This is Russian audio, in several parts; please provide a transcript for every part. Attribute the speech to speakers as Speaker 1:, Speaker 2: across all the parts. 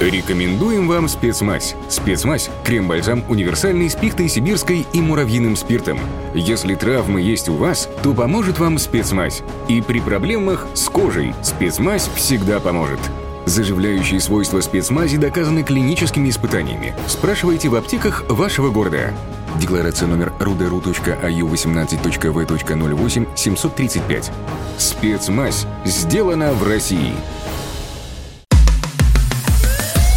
Speaker 1: Рекомендуем вам спецмазь. Спецмазь – крем-бальзам универсальный с пихтой сибирской и муравьиным спиртом. Если травмы есть у вас, то поможет вам спецмазь. И при проблемах с кожей спецмазь всегда поможет. Заживляющие свойства спецмази доказаны клиническими испытаниями. Спрашивайте в аптеках вашего города. Декларация номер ruderu.au18.v.08 735. Спецмазь сделана в России.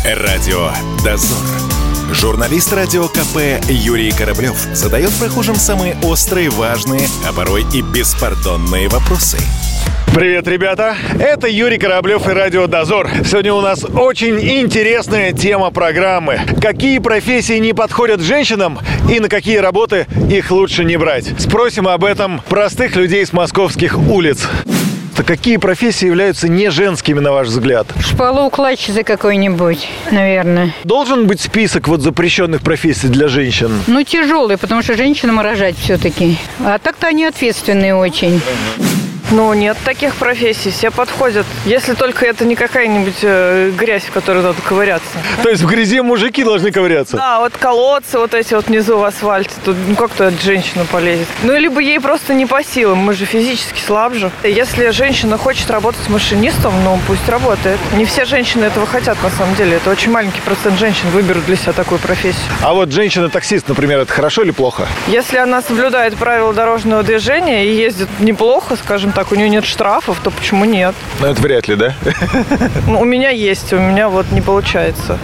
Speaker 2: Радио «Дозор». Журналист радио КП Юрий Кораблев задает прохожим самые острые, важные, а порой и беспардонные вопросы –
Speaker 3: Привет, ребята! Это Юрий Кораблев и Радио Дозор. Сегодня у нас очень интересная тема программы. Какие профессии не подходят женщинам и на какие работы их лучше не брать? Спросим об этом простых людей с московских улиц. Так какие профессии являются не женскими, на ваш взгляд?
Speaker 4: Шпалоукладчица какой-нибудь, наверное.
Speaker 3: Должен быть список вот запрещенных профессий для женщин?
Speaker 4: Ну, тяжелый, потому что женщинам рожать все-таки. А так-то они ответственные очень.
Speaker 5: Ну, нет таких профессий, все подходят. Если только это не какая-нибудь э, грязь, в которой надо ковыряться.
Speaker 3: То есть в грязи мужики должны ковыряться?
Speaker 5: Да, вот колодцы вот эти вот внизу в асфальте, тут ну, как то женщина полезет? Ну, либо ей просто не по силам, мы же физически слабже. Если женщина хочет работать машинистом, ну, пусть работает. Не все женщины этого хотят, на самом деле. Это очень маленький процент женщин выберут для себя такую профессию.
Speaker 3: А вот женщина-таксист, например, это хорошо или плохо?
Speaker 5: Если она соблюдает правила дорожного движения и ездит неплохо, скажем так, у нее нет штрафов, то почему нет?
Speaker 3: Ну, это вряд ли, да?
Speaker 5: Ну, у меня есть, у меня вот не получается.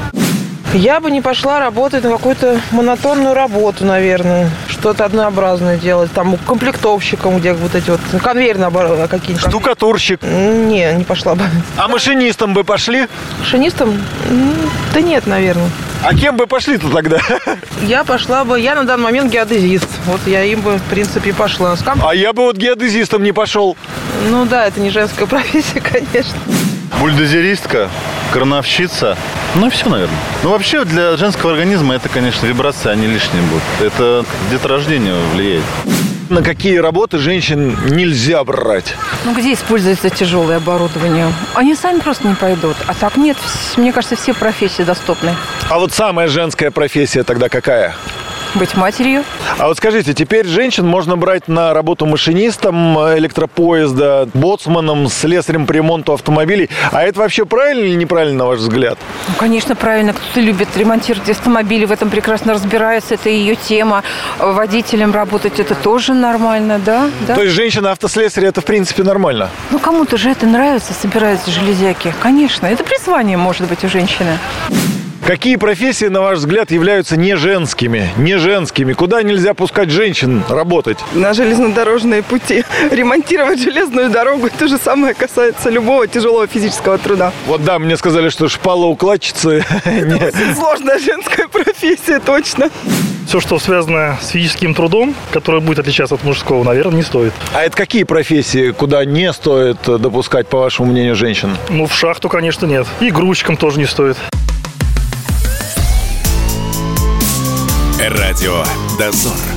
Speaker 6: Я бы не пошла работать на какую-то монотонную работу, наверное. Что-то однообразное делать. Там комплектовщиком, где вот эти вот ну, конвейер наоборот какие-нибудь. Ну,
Speaker 3: Штукатурщик.
Speaker 6: Не, не пошла бы.
Speaker 3: А машинистом бы пошли?
Speaker 6: Шинистом? Ну, Да нет, наверное.
Speaker 3: А кем бы пошли-то тогда?
Speaker 6: Я пошла бы, я на данный момент геодезист. Вот я им бы, в принципе, пошла. С комп-
Speaker 3: А я бы вот геодезистом не пошел.
Speaker 6: Ну да, это не женская профессия, конечно.
Speaker 7: Бульдозеристка, крановщица. Ну и все, наверное. Ну вообще для женского организма это, конечно, а вибрации, они лишние будут. Это где-то рождение влияет.
Speaker 3: На какие работы женщин нельзя брать?
Speaker 8: Ну, где используется тяжелое оборудование? Они сами просто не пойдут. А так нет, вс- мне кажется, все профессии доступны.
Speaker 3: А вот самая женская профессия тогда какая?
Speaker 8: Быть матерью,
Speaker 3: А вот скажите, теперь женщин можно брать на работу машинистом э, электропоезда, боцманом, слесарем по ремонту автомобилей. А это вообще правильно или неправильно, на ваш взгляд?
Speaker 8: ну, конечно, правильно, кто-то любит ремонтировать автомобили, в этом прекрасно разбирается, это ее тема. Э, Водителем работать это тоже нормально, да? да?
Speaker 3: То есть женщина-автослесарь – это, в принципе, нормально?
Speaker 8: Ну, кому-то же это нравится, собираются железяки. Конечно, это призвание может быть у женщины.
Speaker 3: Какие профессии, на ваш взгляд, являются не женскими? Не женскими. Куда нельзя пускать женщин работать?
Speaker 9: на железнодорожные пути. Ремонтировать железную дорогу, то же самое касается любого тяжелого физического труда.
Speaker 3: Вот да, мне сказали, что шпалоукладчицы. не-
Speaker 9: Сложная женская профессия, точно.
Speaker 10: Все, что связано с физическим трудом, которое будет отличаться от мужского, наверное, не стоит.
Speaker 3: А это какие профессии, куда не стоит э, допускать, по вашему мнению, женщин?
Speaker 10: Ну, в шахту, конечно, нет. И грузчикам тоже не стоит.
Speaker 2: Радио «Дозор».